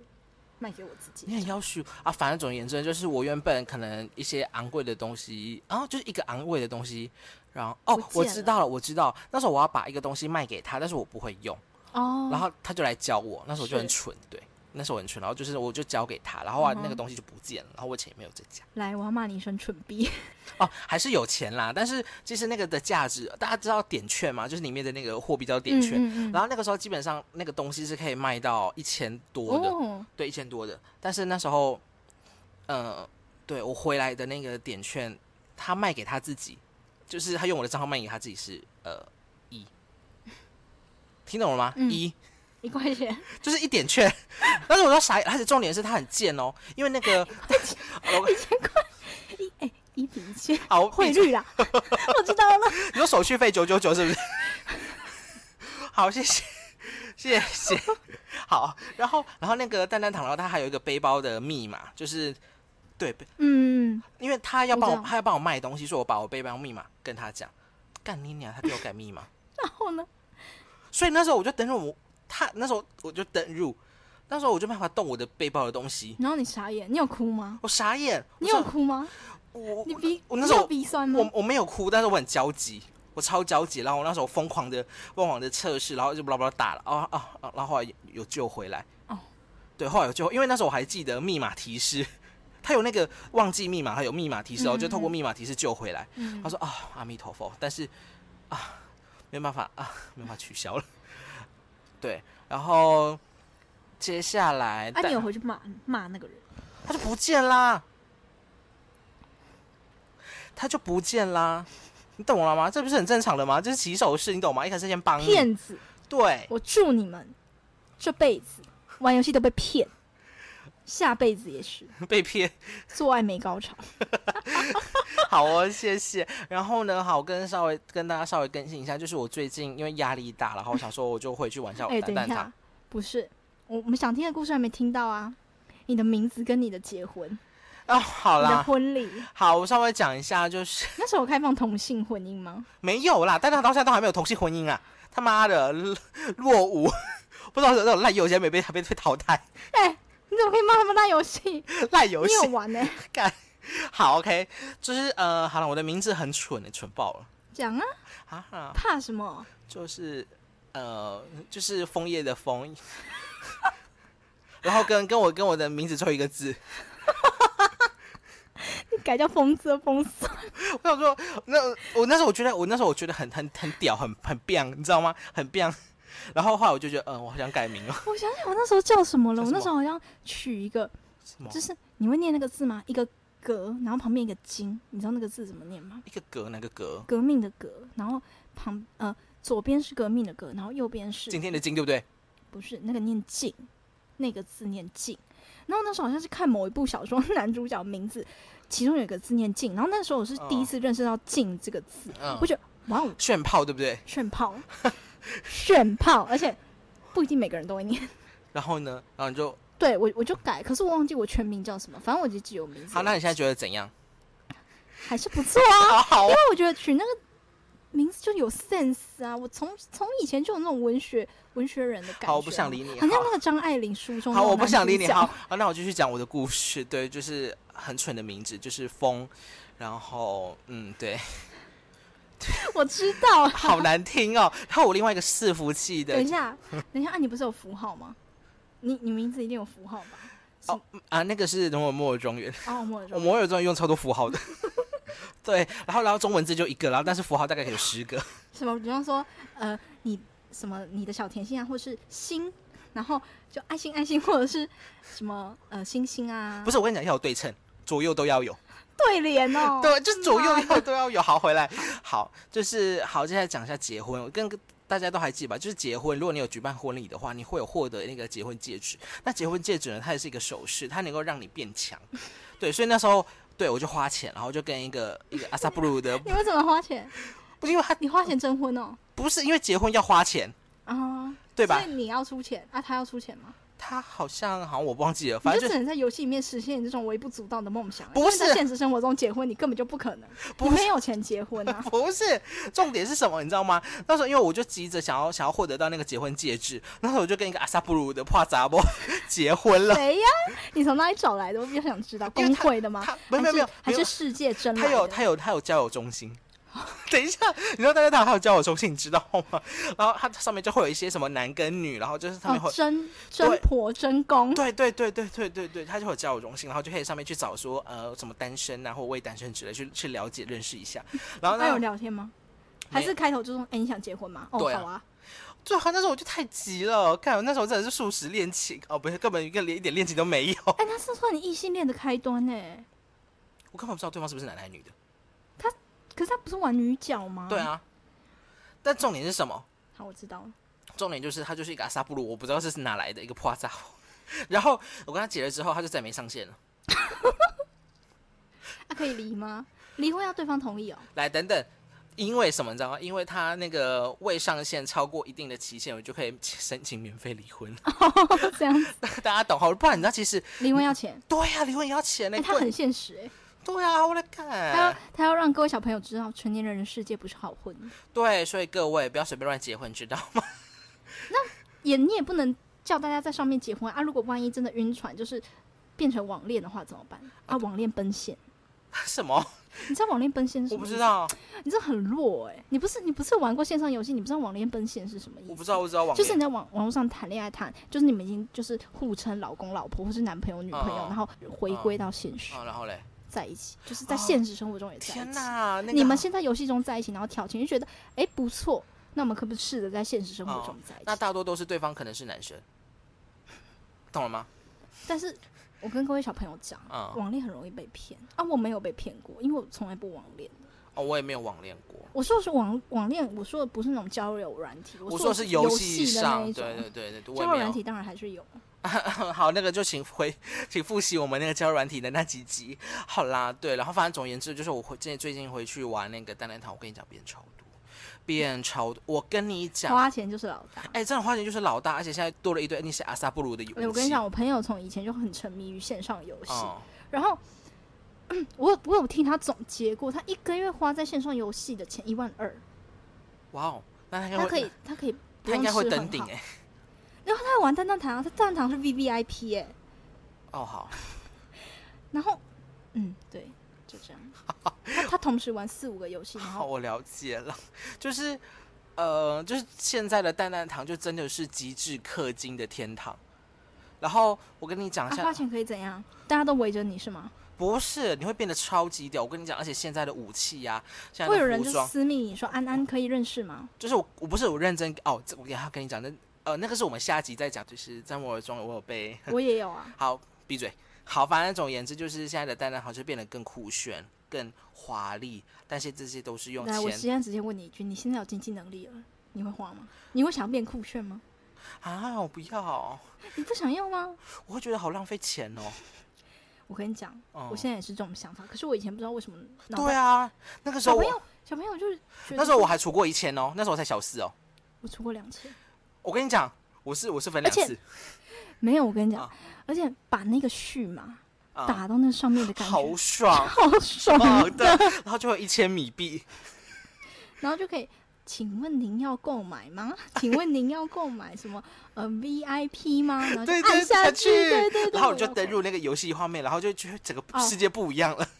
B: 卖给我自己。
A: 你很要求啊。反正总而言之，就是我原本可能一些昂贵的东西，然、后就是一个昂贵的东西，然后哦，
B: 不见
A: 我
B: 了
A: 知道了，我知道，那时候我要把一个东西卖给他，但是我不会用，
B: 哦，
A: 然后他就来教我，那时候我就很
B: 是
A: 蠢，对，那时候我很蠢，然后就是我就交给他，然后啊
B: 嗯哼
A: 那个东西就不见了，然后我钱也没有增加，
B: 来，我要骂你一声蠢逼。
A: 哦，还是有钱啦，但是其实那个的价值，大家知道点券嘛，就是里面的那个货币叫点券。
B: 嗯嗯嗯
A: 然后那个时候基本上那个东西是可以卖到一千多的，
B: 哦，
A: 对，一千多的。但是那时候，呃，对我回来的那个点券，他卖给他自己，就是他用我的账号卖给他自己是呃一，听懂了吗？
B: 嗯
A: 一
B: 一块钱，
A: 就是一点券。 但是我说傻眼，而且重点是他很贱哦，因为那 个我
B: 一哎一比一 千，
A: 啊，我
B: 汇率啦，我知道了。
A: 你说手续费九九九是不是？ 好，谢谢。谢谢，好，然后，然后那个蛋蛋糖，然后他还有一个背包的密码，就是对，
B: 嗯，
A: 因为他要
B: 我
A: 帮
B: 知
A: 我，
B: 道
A: 他要帮我卖东西，所以我把我背包密码跟他讲，干你娘，他给我改密码，
B: 然后呢？
A: 所以那时候我就登入我，他那时候我就登入，那时候我就没办法动我的背包的东西，
B: 然后你傻眼，你有哭吗？
A: 我傻眼，
B: 你有哭吗？
A: 我我
B: 你鼻，
A: 我
B: 你
A: 那时候
B: 有鼻酸吗
A: 我？我没有哭，但是我很焦急，我超焦急，然后我那时候疯狂的疯狂的测试，然后就巴拉巴拉打了，哦哦哦，然后后来有有救回来，
B: 哦，
A: 对，后来有救，因为那时候我还记得密码提示，他有那个忘记密码，他有密码提示哦，
B: 嗯
A: 就透过
B: 嗯
A: 密码提示救回来。
B: 嗯
A: 他，说啊、阿弥陀佛，但是啊，没办法啊，没办法取消了。 对，然后接下来，
B: 啊，
A: 但
B: 你有回去骂骂那个人？
A: 他就不见啦，他就不见啦，你懂了吗？这不是很正常的吗？这是起手式，你懂吗？一开始先帮你，
B: 骗子！
A: 对，
B: 我祝你们这辈子玩游戏都被骗，下辈子也是
A: 被骗。
B: 做爱没高潮。
A: 好哦，谢谢。然后呢，好，跟稍微跟大家稍微更新一下，就是我最近因为压力大，然后我想说我就回去玩一下
B: 哎，
A: 我
B: 等
A: 蛋蛋
B: 一下
A: 糖。，
B: 不是我我们想听的故事还没听到啊。你的名字跟你的结婚，你
A: 哦，好
B: 的
A: 啦，
B: 婚礼，
A: 好，我稍微讲一下，就是。
B: 那时候有开放同性婚姻吗？
A: 没有啦，但他到现在都还没有同性婚姻啊！他妈的 落落伍， 不知道那种烂游戏还没被还没被淘汰，
B: 哎、你怎么可以骂他们打游戏？
A: 烂游
B: 你
A: 戏
B: 有玩呢、
A: 好 OK，就是呃，好了，我的名字很蠢欸，蠢爆了
B: 讲啊，
A: 啊！
B: 怕什么？
A: 就是呃，就是枫叶的枫， 然后跟跟我跟我的名字最后一个字，
B: 你改叫疯子的疯子，
A: 我想说，那我那时候我觉得我那时候我觉得很很很屌，很很 biang，你知道吗？很 biang。然后后来我就觉得，嗯、我好想改名哦，
B: 我想想，我那时候叫什么了？
A: 叫
B: 我
A: 什么
B: 那时候好像取一个，
A: 什么
B: 就是你会念那个字吗？一个革，然后旁边一个金，你知道那个字怎么念吗？
A: 一个格那个格，
B: 革命的革，然后旁呃左边是革命的革，然后右边是
A: 今天的金对不对？
B: 不是那个念静，那个字念静。然后那时候好像是看某一部小说， 男主角名字其中有一个字念静，然后那时候我是第
A: 哦
B: 一次认识到“静”这个字，
A: 嗯
B: 我，觉得哇哦，
A: 炫炮对不对？
B: 炫炮，炫炮，而且不一定每个人都 会念。
A: 然后呢，然后你就
B: 对我我就改，可是我忘记我全名叫什么，反正我就记得我名字。
A: 好，啊那你现在觉得怎样？
B: 还是不错啊，
A: 好好
B: 因
A: 哦，
B: 为我觉得取那个名字就有 sense 啊。我从从以前就有那种文学文学人的感觉啊，
A: 好，我不想理你，
B: 很像
A: 好
B: 那个张爱玲书中
A: 好，
B: 那
A: 我
B: 种
A: 不想理你，
B: 男主角
A: 好，好，那我继续讲我的故事。 对，就是很蠢的名字，就是风，然后嗯，对，
B: 我知道。
A: 好难听哦。然后我另外一个伺服器的
B: 等一下，等一下，啊，你不是有符号吗？你你名字一定有符号吧？
A: 啊，那个是《摩尔摩尔庄园》，
B: 哦，我有
A: 我
B: 说
A: 摩尔庄园用超多符号的。对，然后然后中文字就一个，然后但是符号大概有十个。
B: 什么，比方说呃，你什么你的小甜心啊，或是心，然后就爱心爱心，或者是什么呃星星啊，
A: 不
B: 是
A: 是，我跟你讲要有对称，左右都要有。
B: 对联哦，
A: 对，就是左右要都要有好回来。好，就是好，接下来讲一下结婚，我跟大家都还记得吧？就是结婚，如果你有举办婚礼的话，你会有获得那个结婚戒指。那结婚戒指呢，它也是一个首饰，它能够让你变强。对，所以那时候。对，我就花钱，然后就跟一个一个阿萨布鲁的，
B: 你为什么花钱？
A: 不是因为他
B: 你花钱征婚哦，
A: 不是因为结婚要花钱，
B: 啊、
A: 对吧
B: 所以？你要出钱啊，他要出钱吗？
A: 他好像好像我忘记了，
B: 你
A: 反
B: 就
A: 正
B: 只
A: 就
B: 能在游戏里面实现你这种微不足道的梦想啊，
A: 不
B: 因为在
A: 是
B: 现实生活中结婚，你根本就不可能，
A: 不
B: 你
A: 是。
B: 没有钱结婚啊
A: 不是重点是什么，你知道吗？那时候因为我就急着想要想要获得到那个结婚戒指，那时候我就跟一个阿萨布鲁的帕扎波 结婚了。
B: 谁呀、你从哪里找来的？我比较想知道，
A: 因为
B: 工
A: 他
B: 会的吗？
A: 他没有没有没有没有
B: 还是还是哦世界争来
A: 他
B: 的？
A: 有他有他有交友中心。 等一下，你知道大家他还有交友中心，你知道吗？然后它上面就会有一些什么男跟女，然后就是他们会
B: 哦，争争
A: 对
B: 婆争公，
A: 对对对对对对对，他就会有交友中心，然后就可以上面去找说呃什么单身啊或未单身之类，去去了解认识一下。然 后
B: 还有
A: 呢，
B: 聊天吗？还
A: 没
B: 是开头就说：“哎、你想结婚吗？”哦，
A: 对啊
B: 好啊。
A: 最好那时候我就太急了，看我那时候真的是素食恋情哦，不是根本一个连一点恋情都没有，
B: 哎、那是算你异性恋的开端呢、
A: 我根本不知道对方是不是男的还是女的。
B: 可是他不是玩女角吗？
A: 对。啊，但重点是什么？
B: 好，我知道了。
A: 重点就是他就是一个阿萨布鲁，我不知道这是哪来的一
B: 啊
A: 个 破杂货。然后我跟他解了之后，他就再也没上线了。
B: 啊，可以离吗？离婚要对方同意哦。
A: 来，等等，因为什么你知道吗？因为他那个未上线超过一定的期限，我就可以申请免费离婚。
B: 这样子，
A: 大家懂哈？不然你知道其实
B: 离婚 要钱。
A: 对呀、离婚也要钱
B: 哎、
A: 呢、
B: 他
A: 对
B: 很现实哎、
A: 对啊，我在
B: 他要
A: 干。
B: 他要让各位小朋友知道，成年人的世界不是好混。
A: 对，所以各位不要随便乱结婚，知道吗？
B: 也你也不能叫大家在上面结婚啊！如果万一真的晕船，就是变成网恋的话怎么办？啊，网恋奔现，
A: 什么？
B: 你知道网恋奔现是什
A: 我
B: 么？
A: 不知，道，
B: 你这很弱哎、你不是你不是玩过线上游戏，你不知道网恋奔现是什么意思？
A: 我不知道，我知道网
B: 就是
A: 恋
B: 你在网网络上谈恋爱谈，就是你们已经就是互称老公老婆或是男朋友女朋友，
A: 哦
B: 然后回归到现实、
A: 啊，然后嘞，
B: 在一起，就是在
A: 哦
B: 现实生活中也在一
A: 天
B: 起。
A: 哪，那个啊
B: 你们现在游戏中在一起，然后调情就觉得哎、不错，那我们可不可以试着在现实生活中在一起？
A: 哦那大多都是对方可能是男生，懂了吗？
B: 但是我跟各位小朋友讲，
A: 嗯
B: 网恋很容易被骗啊！我没有被骗过，因为我从来不网恋。
A: 哦，我也没有网恋过。
B: 我说的是网网恋，我说的不是那种交友软体，
A: 我
B: 说
A: 说
B: 的
A: 的是
B: 游
A: 游戏
B: 的那
A: 上，
B: 一种。
A: 对对对对对，我
B: 交友
A: 也
B: 软
A: 没
B: 体当然还是有，
A: 有。 好，那个就请回，请复习我们那个交友软体的那几集。好啦，对，然后反正总而言之，就是我回最最近回去玩那个蛋蛋糖，我跟你讲变超多，变超多。我跟你讲，
B: 花钱就是老大。
A: 哎、这种花钱就是老大，而且现在多了一堆那些阿萨布鲁的游戏。
B: 哎我跟你讲，，我朋友从以前就很沉迷于线上游戏，
A: 哦、
B: 然后。嗯我有我有听他总结过，他一个月花在线上游戏的钱一万二，
A: 哇哦，那他应该
B: 他
A: 会，
B: 可以他可以不
A: 他应
B: 用
A: 该会
B: 吃
A: 登
B: 很
A: 顶
B: 好
A: 哎、
B: 然后他还玩蛋蛋糖，啊他蛋蛋糖是 V V I P 哎、
A: 哦，好，
B: 然后，嗯，对，就 这样。他他同时玩四五个游戏，然
A: 好，
B: 后
A: 我了解了，就是。呃，就是现在的蛋蛋糖就真的是极致氪金的天堂。然后我跟你讲
B: 啊
A: 一下，
B: 花钱可以怎样？大家都围着你是吗？
A: 不是，你会变得超级屌。我跟你讲，而且现在的武器呀、现
B: 会
A: 在
B: 有
A: 的
B: 人
A: 服
B: 就
A: 装，
B: 私密你说安安可以认识 吗？
A: 就是我，我不是我认真哦。这我给他跟你讲，那呃，那个是我们下集再讲，就是在摩尔庄园我有被，
B: 我也有啊
A: 好闭嘴。好，反正总而言之，就是现在的蛋蛋好像变得更酷炫、更华丽，但是这些都是用
B: 来，我
A: 钱
B: 现在直接问你一句：你现在有经济能力了，你会花吗？你会想变酷炫吗？
A: 啊！我不要，
B: 你不想要吗？
A: 我会觉得好浪费钱哦。
B: 我跟你讲，
A: 哦
B: 我现在也是这种想法，可是我以前不知道为什么脑袋。
A: 对啊，那个时
B: 小
A: 候
B: 朋
A: 我
B: 友，小朋友就是觉得
A: 那时候我还出过一千哦，那时候我才小四哦。
B: 我出过两千，
A: 我跟你讲，我是我是分
B: 而
A: 两
B: 且
A: 次，
B: 没有。我跟你讲
A: 啊，
B: 而且把那个序码
A: 啊、
B: 打到那上面的感觉，
A: 好爽，
B: 好爽
A: 好的，然后就有一千米币。
B: 然后就可以，请问您要购买吗？ 请问您要购买什么？呃，VIP 吗？然后就
A: 对
B: 按
A: 对
B: 下
A: 下
B: 去，对对对，
A: 然后你
B: 我
A: 就
B: 要
A: 登
B: 购
A: 入那个游戏画面，然后就觉得整个
B: 哦
A: 世界不一样了。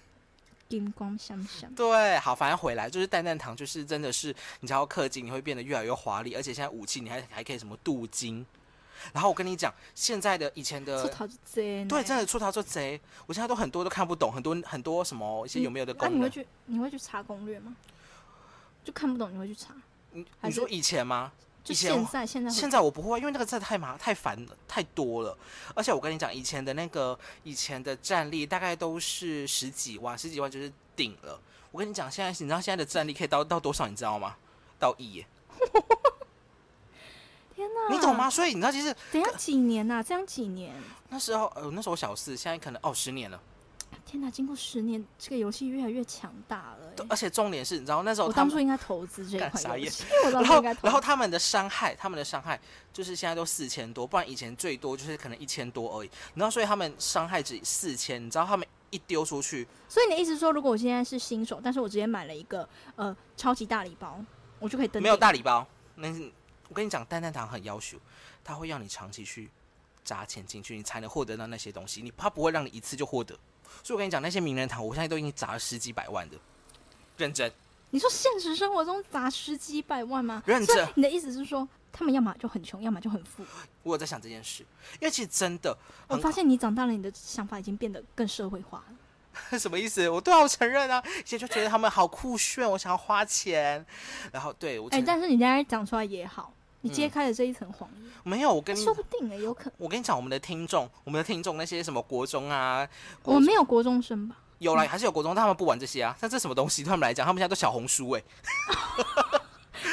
B: 金光闪闪。
A: 对，好，反正回来就是蛋蛋糖，就是真的是你知道氪金，你会变得越来越华丽，而且现在武器你还还可以什么镀金。然后我跟你讲，现在的以前
B: 出
A: 的。
B: 逃就真
A: 呃对，真的出逃做贼，我现在都很多都看不懂，很多很多什么一些有没有的
B: 嗯那、
A: 功
B: 你会
A: 能。
B: 去你会去查攻略吗？就看不懂你会去查？
A: 你
B: 还
A: 你
B: 是
A: 说以前吗？
B: 就
A: 以前
B: 现
A: 我
B: 在现在会
A: 现在我不会，因为那个真的太麻太烦了，太多了。而且我跟你讲，以前的那个以前的战力大概都是十几万，十几万就是顶了。我跟你讲，现在你知道现在的战力可以到到多少，你知道吗？到亿耶，
B: 天哪，
A: 你懂？吗？所以你知道，其实
B: 等一下几年呐、啊？这样几年？
A: 那时候呃那时候我小四，现在可能哦十年了。
B: 天哪，经过十年，这个游戏越来越强大了欸、
A: 而且重点是，你知道那时候
B: 我
A: 他
B: 当
A: 们，
B: 初应该投资这一
A: 干傻
B: 款游
A: 眼
B: 戏，我当
A: 然
B: 初
A: 后
B: 应该投资。
A: 然后他们的伤害，他们的伤害就是现在都四千多，不然以前最多就是可能一千多而已。然后所以他们伤害只四千，你知道他们一丢出去，
B: 所以你的意思是说，如果我现在是新手，但是我直接买了一个呃超级大礼包，我就可以登
A: 没有
B: 顶
A: 大礼包。那是我跟你讲，蛋蛋糖很要求，它会让你长期去砸钱进去，你才能获得到那些东西。你它不会让你一次就获得。所以我跟你讲，那些名人堂，我现在都已经砸了十几百万的，认真。
B: 你说现实生活中砸十几百万吗？
A: 认
B: 所以
A: 真
B: 你的意思是说，他们要么就很穷，要么就很富。
A: 我有在想这件事，因为其实真的
B: 我
A: 很
B: 发现你长大了，你的想法已经变得更社会化了。
A: 什么意思？我对啊，我承认啊，以前就觉得他们好酷炫，我想要花钱，然后对我
B: 哎、
A: 承认、
B: 但是你现在讲出来也好，你揭
A: 嗯
B: 开了这一层谎言，
A: 没有，我跟你
B: 说不定哎、有可能。
A: 我跟你讲，我们的听众，我们的听众那些什么国中啊，
B: 我
A: 国
B: 们没有国中生吧？
A: 有 啦，还是有国中，但他们不玩这些啊，像这什么东西对他们来讲，他们现在都小红书哎、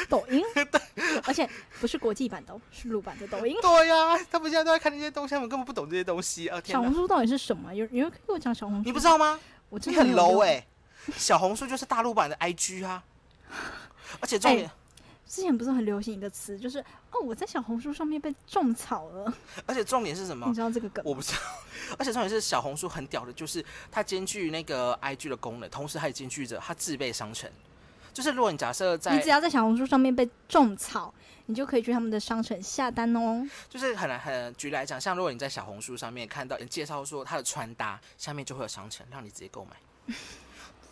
B: 抖 音， 而且不是国际版的、哦，是陆版的抖音。
A: 对呀、他们现在都在看那些东西，他们根本不懂这些东西啊！ 天
B: 小红
A: 哪，
B: 书到底是什么？有有人可以跟我讲小红书？
A: 你不知？道吗？
B: 我真
A: 你
B: 的
A: 很
B: 没有
A: low
B: 用
A: 哎、小红书就是大陆版的 IG 啊，而且重
B: 哎
A: 点，
B: 之前不是很流行一个词，就是哦，我在小红书上面被种草 了，
A: 而且重点是什么
B: 你？知道这个梗吗？
A: 我不知道， 而且重点是小红书很屌的，就是它兼具那个 IG 的功能，同时它也兼具着它自备商城。就是如果你假设
B: 你只
A: 在，
B: 要在小红书上面被种草，你就可以去他们的商城下单哦。
A: 就是很难很举例来讲，像如果你在小红书上面看到人介绍说他的穿搭，下面就会有商城让你直接购买。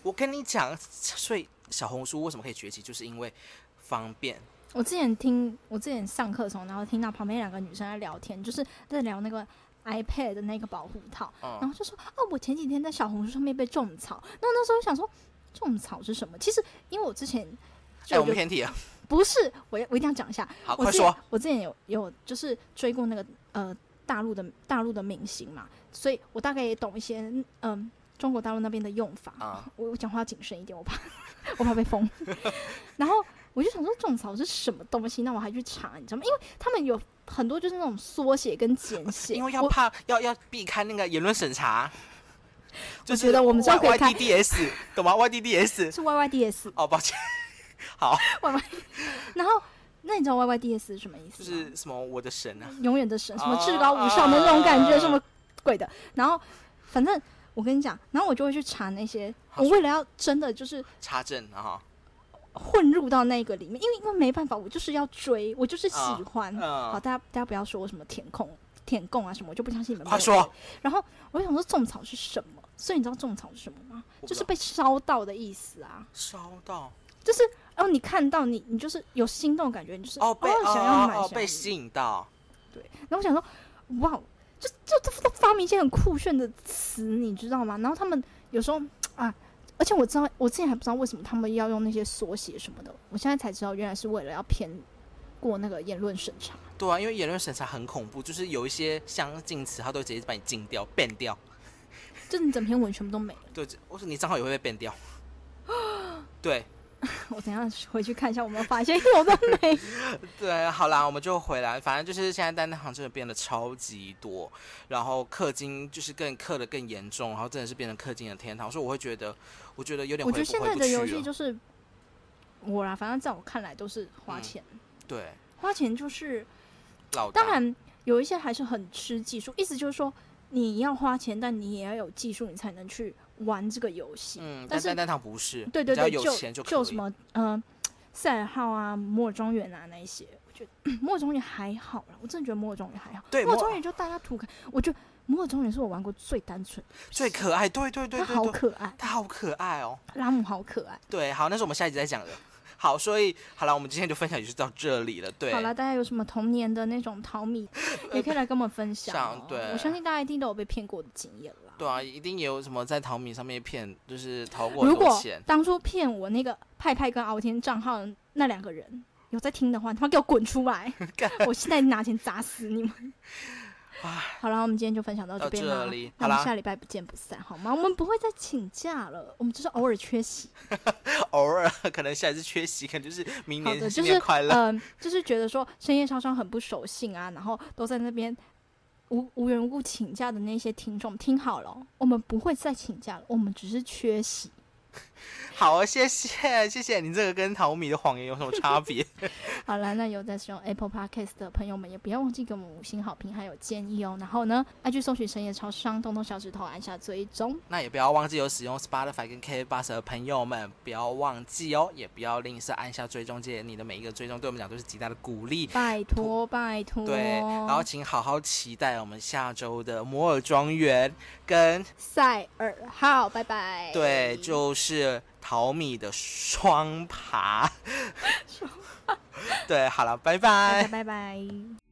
A: 我跟你讲，所以小红书为什么可以崛起，就是因为方便。
B: 我之前听我之前上课的时候，然后听到旁边两个女生在聊天，就是在聊那个 iPad 的那个保护套，然
A: 嗯，
B: 后就说哦，我前几天在小红书上面被种草。那那时候我想说，种草是什么？其实因为我之前
A: 哎、我
B: 有
A: 们偏题了，
B: 不是，我要我一定要讲一下，
A: 好，
B: 我
A: 快
B: 之前
A: 说。
B: 我之前有有就是追过那个呃大陆的大陆的明星嘛，所以我大概也懂一些嗯、中国大陆那边的用法。
A: 啊、
B: 我我讲话要谨慎一点，我怕 我怕被封。 然后我就想说种草是什么东西，那我还去查，你知道吗？因为他们有很多就是那种缩写跟简写，
A: 因为要
B: 我
A: 怕要要避开那个言论审查，就是
B: 觉得我们这样
A: Y
B: 可
A: Y
B: 以看
A: D D S 懂吗？Y D D S
B: 是 Y Y D S。
A: 哦，抱歉，
B: 然后那你知道 Y Y D S 是什么意思
A: 就
B: 吗？
A: 是什么我的神啊，
B: 永远的神，什么
A: 啊
B: 至高无上的那种感
A: 啊
B: 觉，什么鬼的。然后反正我跟你讲，然后我就会去查那些，
A: 好
B: 我为了要真的就是
A: 查证啊哈，
B: 混入到那个里面，因为因为没办法，我就是要追，我就是喜欢。好，
A: 嗯，
B: 大家大家不要说我什么舔控、舔供啊什么，我就不相信你们。
A: 快说。，
B: 然后我就想说种草是什么？所以你知道种草是什么吗？
A: 我不
B: 就
A: 知
B: 是
A: 道
B: 被烧到的意思啊，
A: 烧到
B: 就是哦，你看到你你就是有心动的感觉，你就是
A: 哦，被哦
B: 想要买，
A: 哦
B: 想
A: 被
B: 要
A: 吸引到，
B: 对，然后我想说，哇，就就他发明一些很酷炫的词，你知道吗？然后他们有时候啊，而且我知道，我之前还不知道为什么他们要用那些缩写什么的，我现在才知道，原来是为了要偏过那个言论审查。
A: 对啊，因为言论审查很恐怖，就是有一些相近词，它都直接把你禁掉、ban 掉。
B: 就是你整篇文全部都没了，
A: 对，我说你账号也会被 ban 掉。对
B: 我等一下回去看一下，我们发现有的没。
A: 对，好啦，我们就回来，反正就是现在单单行真的变得超级多，然后氪金就是更氪的更严重，然后真的是变成氪金的天堂，所以我会觉得，我觉得有点
B: 我
A: 回
B: 觉得现
A: 不
B: 在
A: 回不
B: 的
A: 去啊
B: 游戏
A: 了。
B: 就是我啦，反正在我看来都是花
A: 嗯
B: 钱，
A: 对，
B: 花钱就是
A: 老大
B: 当然有一些还是很吃技术，意思就是说你要花钱，但你也要有技术，你才能去玩这个游戏。
A: 嗯，
B: 但
A: 但
B: 是
A: 但蛋糖不是，
B: 对对
A: 只要
B: 对，
A: 有钱
B: 就
A: 可以。
B: 什么呃，赛尔号啊、摩尔庄园啊那一些，我觉得嗯摩尔庄园还好啦，我真的觉得摩尔庄园还好。
A: 对
B: 摩尔
A: 摩
B: 庄园就大家图看，我觉得摩尔庄园是我玩过最单纯的游戏，
A: 最可爱，对对对
B: 它
A: 对
B: 好
A: 对，
B: 可爱，
A: 他好可爱哦。
B: 拉姆好可爱。
A: 对，好，那是我们下一集再讲的。好，所以好了，我们今天就分享也就到这里了。对，
B: 好了，大家有什么童年的那种 淘米，也可以来跟我们分享
A: 像
B: 哦、
A: 对
B: 我相信大家一定都有被骗过的经验啦。
A: 对啊，一定也有什么在淘米上面骗，就是淘过
B: 如
A: 很多
B: 果
A: 钱。
B: 当初骗我那个派派跟敖天账号那两个人有在听的话，他妈给我滚 出来
A: 干！
B: 我现在拿钱砸死你们！好了，我们今天就分享到这边
A: 到
B: 啦
A: 这里。好
B: 那我们
A: 啦
B: 下礼拜不见不散，好吗？我们不会再请假了，我们就是偶尔缺席。
A: 偶尔可能下一次缺席，可能就是明
B: 好
A: 年
B: 的，就
A: 新
B: 是呃
A: 年快乐。
B: 嗯、就是觉得说深夜超商很不守信啊，然后都在那边无无缘无故请假的那些听众，听好了哦，我们不会再请假了，我们只是缺席。
A: 好，哦谢谢谢谢你这个跟淘米的谎言有什么差别？
B: 好了，那有在使用 Apple Podcast 的朋友们，也不要忘记给我们五星好评还有建议哦。然后呢，IG 搜取深夜超商，动动小指头按下追踪。
A: 那也不要忘记有使用 Spotify 跟 K Bus 的朋友们，不要忘记哦，也不要吝啬按下追踪键，你的每一个追踪对我们讲都是极大的鼓励。
B: 拜托拜托，
A: 对，
B: 哦
A: 然后请好好期待我们下周的摩尔庄园跟
B: 赛尔号，拜拜。
A: 对，就是淘米的 双爬。对，好了，拜
B: 大
A: 拜
B: 家。拜拜。